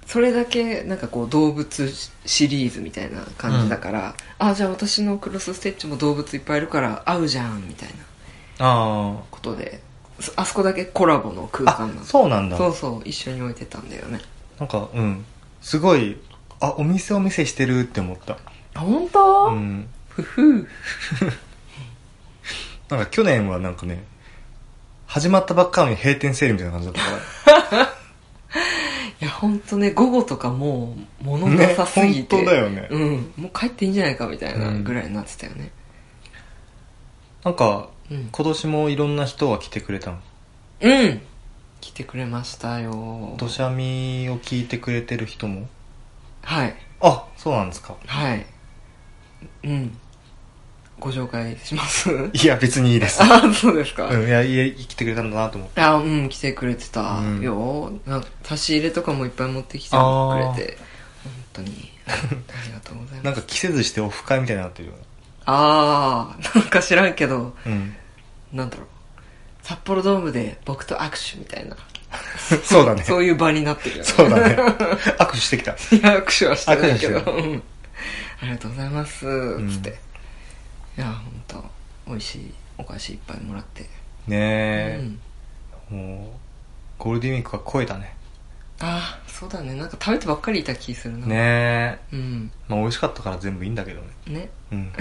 Speaker 1: それだけなんかこう動物シリーズみたいな感じだから、あじゃあ私のクロスステッチも動物いっぱいいるから合うじゃんみたいな
Speaker 2: あ
Speaker 1: ことでそあそこだけコラボの空
Speaker 2: あ。
Speaker 1: 間な
Speaker 2: あ、
Speaker 1: の
Speaker 2: そうなんだ。
Speaker 1: そうそう一緒に置いてたんだよね
Speaker 2: なんか、うん。すごい、あ、お店お店してるって思った。
Speaker 1: あ本当、
Speaker 2: うん。
Speaker 1: ふふ
Speaker 2: なんか去年はなんかね、始まったばっかのに閉店セールみたいな感じだったから。
Speaker 1: いや本当ね午後とかもう物なさすぎて、
Speaker 2: ね本当だよね
Speaker 1: うんもう帰っていいんじゃないかみたいなぐらいになってたよね、
Speaker 2: なんか、
Speaker 1: うん
Speaker 2: 今年もいろんな人が来てくれたの。
Speaker 1: うん来てくれましたよ
Speaker 2: 土砂見を聞いてくれてる人も。
Speaker 1: はい
Speaker 2: あ、そうなんですか。
Speaker 1: はいうんご紹介します
Speaker 2: いや、別にい
Speaker 1: [laughs]
Speaker 2: いです。
Speaker 1: あそうですか、
Speaker 2: うん、いや、家来てくれたんだなと思って。
Speaker 1: あうん来てくれてた
Speaker 2: うん
Speaker 1: よ、なんか差し入れとかもいっぱい持ってきてくれて本当にありがとうござい
Speaker 2: な
Speaker 1: ま
Speaker 2: ん
Speaker 1: す
Speaker 2: か着せずしてオフ会みたいになってるよね。
Speaker 1: ああなんか知らんけど
Speaker 2: うん。
Speaker 1: なんだろう札幌ドームで僕と握手みたいな
Speaker 2: [laughs] そうだね。
Speaker 1: そういう場になってるよね
Speaker 2: [laughs] そう
Speaker 1: [laughs]
Speaker 2: だね。握手してきた。
Speaker 1: いや握手はしてないけど
Speaker 2: 握手は
Speaker 1: うんありがとうございます
Speaker 2: ん
Speaker 1: つって、いや本当美味しいお菓子いっぱいもらって、
Speaker 2: ね
Speaker 1: う
Speaker 2: え、
Speaker 1: ん
Speaker 2: もう、ゴールデンウィークは超えたね。
Speaker 1: ああそうだねなんか食べてばっかりいた気するな
Speaker 2: ねえ。
Speaker 1: うん
Speaker 2: まあ美味しかったから全部いいんだけどね。
Speaker 1: ね [laughs]
Speaker 2: うん。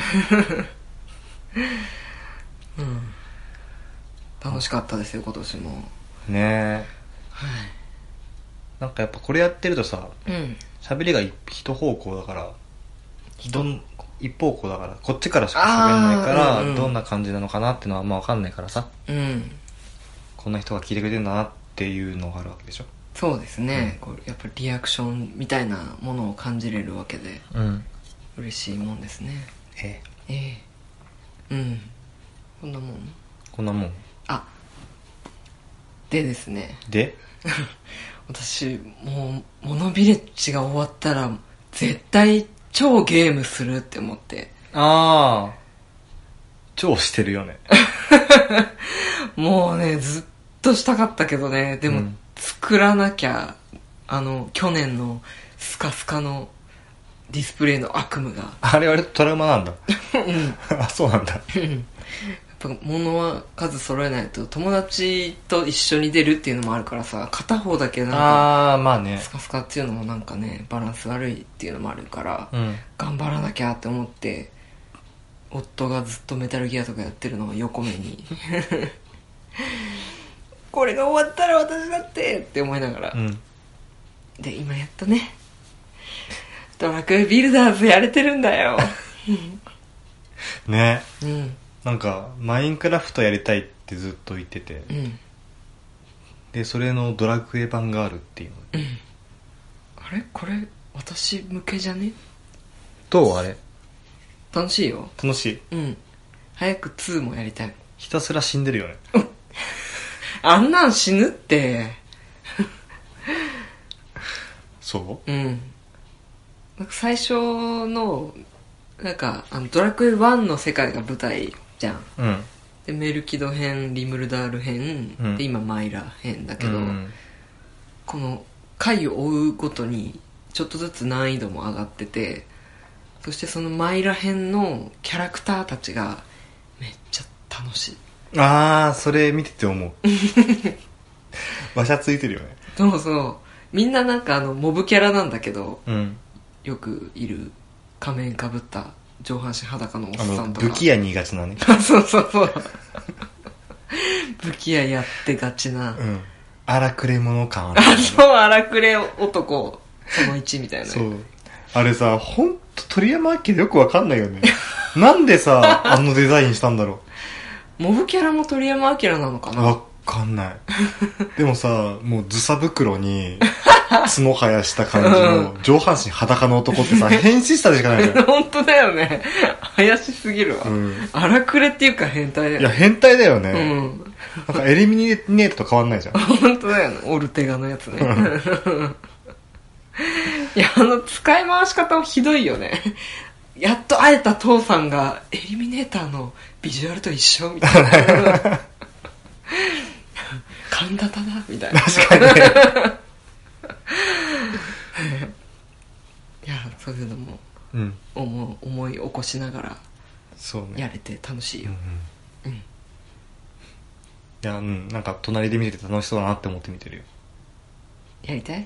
Speaker 1: うん楽しかったですよ今年も
Speaker 2: ねえ。
Speaker 1: はい
Speaker 2: なんかやっぱこれやってるとさ、
Speaker 1: うん
Speaker 2: 喋りが一一方向だから、どん一方向だから、こっちからしか
Speaker 1: あー
Speaker 2: 喋んないから、
Speaker 1: うんうん
Speaker 2: どんな感じなのかなってのはあんまわかんないからさ、
Speaker 1: うん
Speaker 2: こんな人が聞いてくれてるんだなっていうのがあるわけでしょ。
Speaker 1: そうですね、こうやっぱりリアクションみたいなものを感じれるわけで
Speaker 2: うん。
Speaker 1: 嬉しいもんですね
Speaker 2: ええ。
Speaker 1: ええうんこんなもん
Speaker 2: こんなもん。
Speaker 1: あでですね
Speaker 2: で、
Speaker 1: 私もうモノビレッジが終わったら絶対超ゲームするって思って
Speaker 2: ああ。超してるよね。 [laughs]
Speaker 1: もうね、ずっとしたかったけどね、でも、
Speaker 2: うん
Speaker 1: 作らなきゃ、あの、去年のスカスカのディスプレイの悪夢が、や
Speaker 2: あれ割とトラウマなんだ。 [laughs] あ、そうなんだ。
Speaker 1: っぱ物は数揃えないと、友達と一緒に出るっていうのもあるからさ、片方だけなんか、
Speaker 2: ああ、まあね
Speaker 1: ス。カスカっていうのもなんかね、バランス悪いっていうのもあるから、
Speaker 2: うん。
Speaker 1: 頑張らなきゃって思って、夫がずっとメタルギアとかやってるのを横目に、 [laughs] これが終わったら私だってって思いながら
Speaker 2: う、ん。
Speaker 1: で今やっとねドラクエビルダーズやれてるんだよ
Speaker 2: ね。
Speaker 1: [laughs] うん
Speaker 2: なんか、マインクラフトやりたいってずっと言ってて
Speaker 1: う、ん
Speaker 2: で、それのドラクエ版があるっていうの。
Speaker 1: あれこれ私向けじゃね
Speaker 2: どうあれ
Speaker 1: 楽しいよ
Speaker 2: 楽しい。
Speaker 1: うん早く2もやりたい
Speaker 2: ひたすら死んでるよね。
Speaker 1: あんなん死ぬって
Speaker 2: そ
Speaker 1: うんなんか最初のなんかあのドラクエ1の世界が舞台じゃん
Speaker 2: ううん。
Speaker 1: でメルキド編リムルダール編、
Speaker 2: うん
Speaker 1: で今マイラ編だけど、
Speaker 2: うん
Speaker 1: この回を追うごとにちょっとずつ難易度も上がっててそしてそのマイラ編のキャラクターたちがめっちゃ楽しい
Speaker 2: [laughs] ああ、それ見てて思う。馬車ついてるよね
Speaker 1: そうそうみんななんかあのモブキャラなんだけど
Speaker 2: うん
Speaker 1: よくいる仮面かぶった上半身裸のおっ
Speaker 2: あ
Speaker 1: さ
Speaker 2: の
Speaker 1: んとか
Speaker 2: 武器屋にいがちなね
Speaker 1: [laughs] そうそうそう武器屋やってがちな、
Speaker 2: うん荒くれ者感ある
Speaker 1: あそう荒くれ男その1みたいな
Speaker 2: そうあれさほんと鳥山明よくわかんないよね [laughs] なんでさあのデザインしたんだろ
Speaker 1: モブキャラも鳥山明なのか
Speaker 2: う
Speaker 1: な
Speaker 2: わかんないでもさもうずさ袋に角生やした感じの上半身裸の男ってさ変死したでしかないのよ、
Speaker 1: 本当だよね [laughs] 怪しすぎるわ、
Speaker 2: うん、
Speaker 1: 荒くれっていうか変態だ
Speaker 2: い
Speaker 1: よ
Speaker 2: や変態だよ
Speaker 1: う
Speaker 2: ね、
Speaker 1: ん
Speaker 2: なんかエリミネートと変わんないじゃん
Speaker 1: 本当だよねオルテガのやつねいやあの使い回し方もひどいよねやっと会えた父さんがエリミネーターのビジュアルと一緒みたいな神型だみたいない
Speaker 2: 確かにね
Speaker 1: やそういうのも
Speaker 2: うん
Speaker 1: 思う思い起こしながら
Speaker 2: そうね
Speaker 1: やれて楽しいよ、
Speaker 2: うんいやうんなんか隣で見てて楽しそうだなって思って見てるよ
Speaker 1: やりたい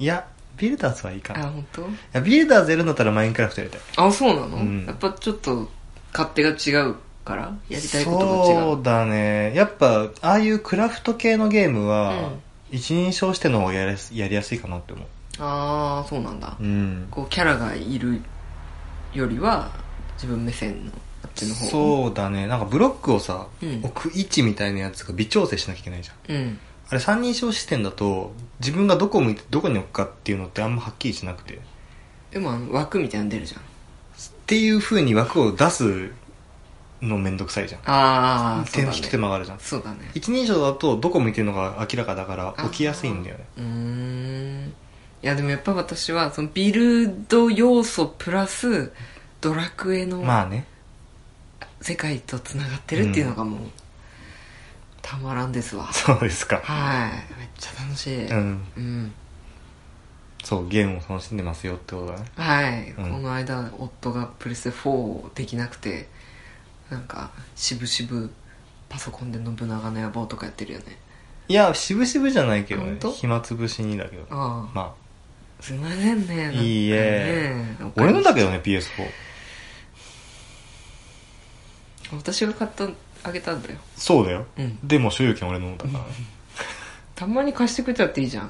Speaker 2: いやビルダーズはいいか
Speaker 1: あ
Speaker 2: ない
Speaker 1: 本当
Speaker 2: やビルダーズやるんだったらマインクラフトやりたい
Speaker 1: あそうなの、
Speaker 2: うん
Speaker 1: やっぱちょっと勝手が違うからやりたいことが違
Speaker 2: そううだねやっぱああいうクラフト系のゲームは、
Speaker 1: うん
Speaker 2: 一人称しての方がやりやすやりやすいかなって思
Speaker 1: ああそうなんだ、
Speaker 2: ううん
Speaker 1: こうキャラがいるよりは自分目線のあっちの方
Speaker 2: そうだねなんかブロックをさ、
Speaker 1: うん
Speaker 2: 置く位置みたいなやつが微調整しなきゃいけないじゃん
Speaker 1: ううん
Speaker 2: あれ三人称視点だと自分がどこを向いてどこに置くかっていうのってあんまはっきりしなくてっ
Speaker 1: でもあの枠みたいなの出るじゃん
Speaker 2: ていう風に枠を出すのめんどくさいじゃん
Speaker 1: ああそ
Speaker 2: 手
Speaker 1: う
Speaker 2: の
Speaker 1: だ
Speaker 2: ひと手
Speaker 1: ね
Speaker 2: 間があるじゃん
Speaker 1: そうだね
Speaker 2: 一人称だとどこ向いてるのが明らかだから置きやすいんだよね
Speaker 1: うーんいやでもやっぱ私はそのビルド要素プラスドラクエの
Speaker 2: まあね
Speaker 1: 世界とつながってるっていうのがもうたまらんですわ
Speaker 2: そうですか
Speaker 1: はいめっちゃ楽しい
Speaker 2: うん
Speaker 1: うん
Speaker 2: そうゲームを楽しんでますよってことだね
Speaker 1: はい、
Speaker 2: うん
Speaker 1: この間夫がプレステ4をできなくてなんか渋々パソコンで信長の野望とかやってるよね
Speaker 2: いや渋々じゃないけど
Speaker 1: ほ
Speaker 2: ね
Speaker 1: んと
Speaker 2: 暇つぶしにだけど
Speaker 1: ああ
Speaker 2: ます
Speaker 1: いませんねなん
Speaker 2: あ
Speaker 1: かね
Speaker 2: いいえ
Speaker 1: お金
Speaker 2: 俺のだけどね PS4
Speaker 1: 私が買ったあげたんだよ
Speaker 2: そうだよ
Speaker 1: うん
Speaker 2: でも所有権俺のだからね
Speaker 1: たまに貸してくれちゃっていいじゃん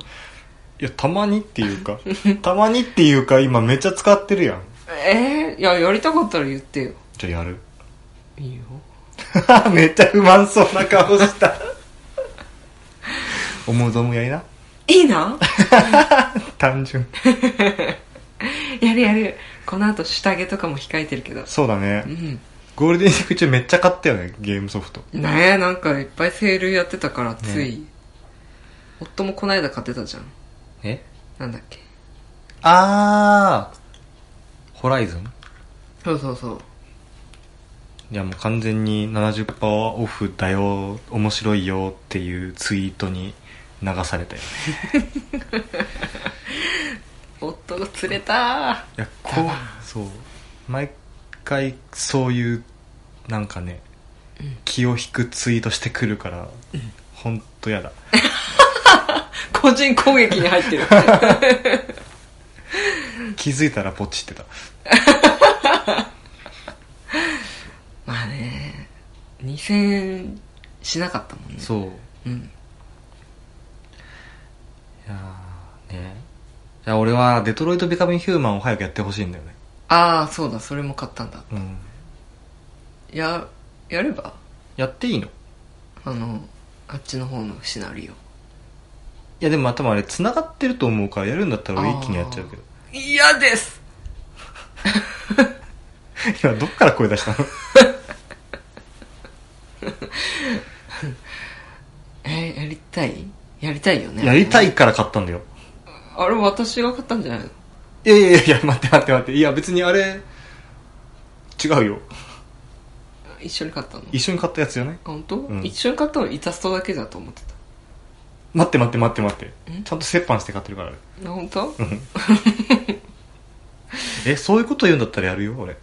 Speaker 2: いやたまにっていうか [laughs] たまにっていうか今めっちゃ使ってるやん
Speaker 1: えー、いややりたかったら言ってよ
Speaker 2: じゃあやる [laughs]
Speaker 1: いいよ
Speaker 2: めっちゃ不満そうな顔した [laughs] 思う存分やりない
Speaker 1: いな
Speaker 2: 単純
Speaker 1: [laughs] やるやるこの後下着とかも控えてるけど
Speaker 2: そうだ
Speaker 1: う
Speaker 2: ね
Speaker 1: ん
Speaker 2: ゴールデンウィーク中めっちゃ買ったよねゲームソフト
Speaker 1: ねえなんかいっぱいセールやってたからつい、夫もこないだ買ってたじゃん
Speaker 2: え
Speaker 1: なんだっけ
Speaker 2: あーホライズン
Speaker 1: そうそうそう
Speaker 2: いやもう完全に70%オフだよ面白いよっていうツイートに流されたよね
Speaker 1: 夫が釣れた
Speaker 2: いやこうそう毎回そういうなんかね、気を引くツイートしてくるから、ほんとやだ
Speaker 1: 個人攻撃に入 [laughs] ってる
Speaker 2: 気づいたらポチってた
Speaker 1: まあね2000円しなかったもんね
Speaker 2: そう
Speaker 1: う
Speaker 2: い
Speaker 1: ん
Speaker 2: やーねいや俺はデトロイト・ビカミン・ヒューマンを早くやってほしいんだよね
Speaker 1: ああそうだそれも買ったんだ
Speaker 2: うん
Speaker 1: ややれば
Speaker 2: やっていいのい
Speaker 1: あのあっちの方のシナリ
Speaker 2: やでも頭あれ繋がってると思うからやるんだったら俺一気にやっちゃうけど
Speaker 1: オ嫌です
Speaker 2: 今どっから声出したの [laughs]
Speaker 1: えーやりたいやりたいよね
Speaker 2: やりたいから買ったんだよ。
Speaker 1: あれ私が買ったんじゃないの
Speaker 2: いやいやいや、待って待って待って。いや、別にあれ、違うよ。
Speaker 1: 一緒に買ったの
Speaker 2: 一緒に買ったやつじゃない
Speaker 1: あ本当、
Speaker 2: ん
Speaker 1: 一緒に買ったのイタストだけだと思って
Speaker 2: 待って待って待って待って
Speaker 1: ん。
Speaker 2: ちゃんと折半して買ってるから。
Speaker 1: たあ本当
Speaker 2: え、そういうこと言うんだったらやるよ、俺。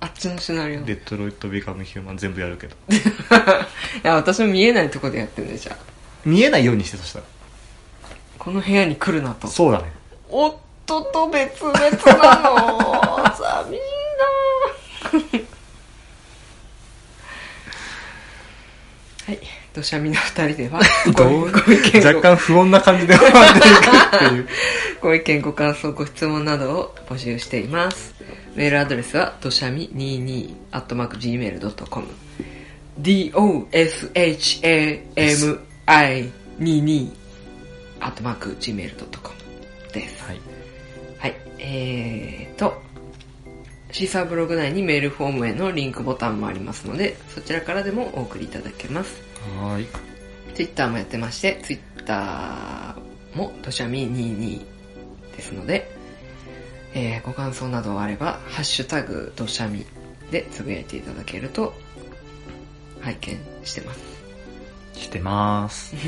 Speaker 1: あっちのシナリオ [laughs]
Speaker 2: デトロイト・ビカム・ヒューマン全部やるけど。
Speaker 1: いや私も見えないとこでやってんでじゃあ
Speaker 2: 見えないようにしてそしたら
Speaker 1: この部屋に来るなと
Speaker 2: そうだね
Speaker 1: 夫と別々なの寂しいな [laughs] はい土砂見の二人で [laughs] はご
Speaker 2: どう
Speaker 1: ご意見
Speaker 2: 若
Speaker 1: ご
Speaker 2: 干不穏な感じで終わっていくっていう
Speaker 1: ご意見ご感想ご質問などを募集していますメールアドレスはどしゃみ22 at mark gmail.com doshami22 at mark gmail.com です
Speaker 2: [laughs] はい
Speaker 1: はい、えーと、シーサーブログ内にメールフォームへのリンクボタンもありますので、そちらからでもお送りいただけます。
Speaker 2: はーい
Speaker 1: ツイッターもやってまして、ツイッターも、としゃみ22ですので、えーご感想などあれば、ハッシュタグ、としゃみでつぶやいていただけると、拝見してます。
Speaker 2: してます [laughs]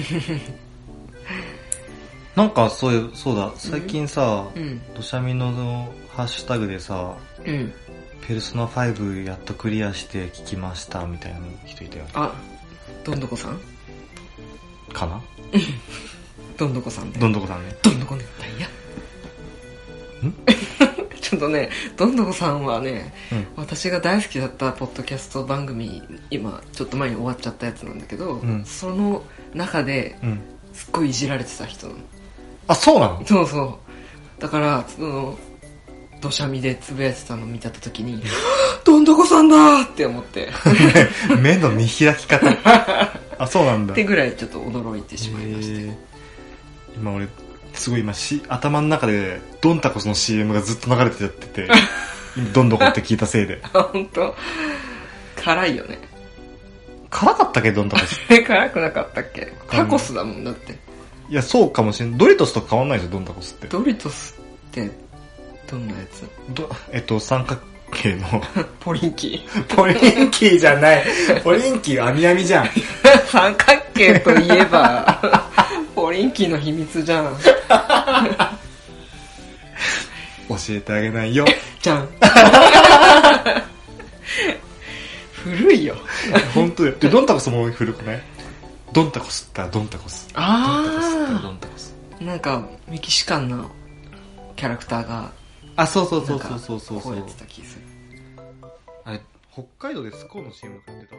Speaker 2: なんかそういうそうだ最近さ
Speaker 1: うん、
Speaker 2: 土砂みのハッシュタグでさ
Speaker 1: うん。
Speaker 2: 「ペルソナ5やっとクリアして聞きました」みたいな人いたよね
Speaker 1: あ、どんどこさん
Speaker 2: かな
Speaker 1: どんどこさんで
Speaker 2: どんどこさんね
Speaker 1: どんどこ熱帯夜ん [laughs] ちょっとねどんどこさんはね、
Speaker 2: うん
Speaker 1: 私が大好きだったポッドキャスト番組今ちょっと前に終わっちゃったやつなんだけど、
Speaker 2: ん
Speaker 1: その中で
Speaker 2: うん
Speaker 1: すっごいいじられてた人なの
Speaker 2: あそうな
Speaker 1: [laughs]
Speaker 2: の
Speaker 1: そうそうだからその土砂見でつぶやいてたの見た時
Speaker 2: [laughs]
Speaker 1: に「どんどこさんだ!」って思って
Speaker 2: 目の見開
Speaker 1: [laughs]
Speaker 2: き方あそうなんだ
Speaker 1: ってぐらいちょっと驚いてしまいましたよ
Speaker 2: へー今俺すごい今し頭の中でドンタコスの CM がずっと流れてちゃっ
Speaker 1: [laughs]
Speaker 2: ててどんどこって聞いたせいで
Speaker 1: 本当辛いよね [laughs]
Speaker 2: 辛かったっけどんタコス
Speaker 1: え辛くなかったっけタコスだもんだって
Speaker 2: いやそうかもしれんドリトスと変わんないでしょどんタコスって
Speaker 1: ドリトスってどんなやつ
Speaker 2: どえっと三角形の
Speaker 1: ポリンキー
Speaker 2: [laughs] ポリンキーじゃないポリンキーは網網じゃん
Speaker 1: [laughs] 三角形といえば [laughs] ポリンキーの秘密じゃん
Speaker 2: 教えてあげないよ
Speaker 1: じゃん [laughs] 古いよ
Speaker 2: 本当よでドンタコスも古くないドンタコスったらドンタコスドンタコスったらド
Speaker 1: あ
Speaker 2: ンタコス
Speaker 1: あなんかメキシカンなキャラクターが
Speaker 2: あそうそう
Speaker 1: な
Speaker 2: そ
Speaker 1: ん
Speaker 2: う
Speaker 1: か
Speaker 2: そうそうそう
Speaker 1: こ
Speaker 2: そう
Speaker 1: や
Speaker 2: う
Speaker 1: ってた気する
Speaker 2: あれ北海道でスコーンの CM 買ってた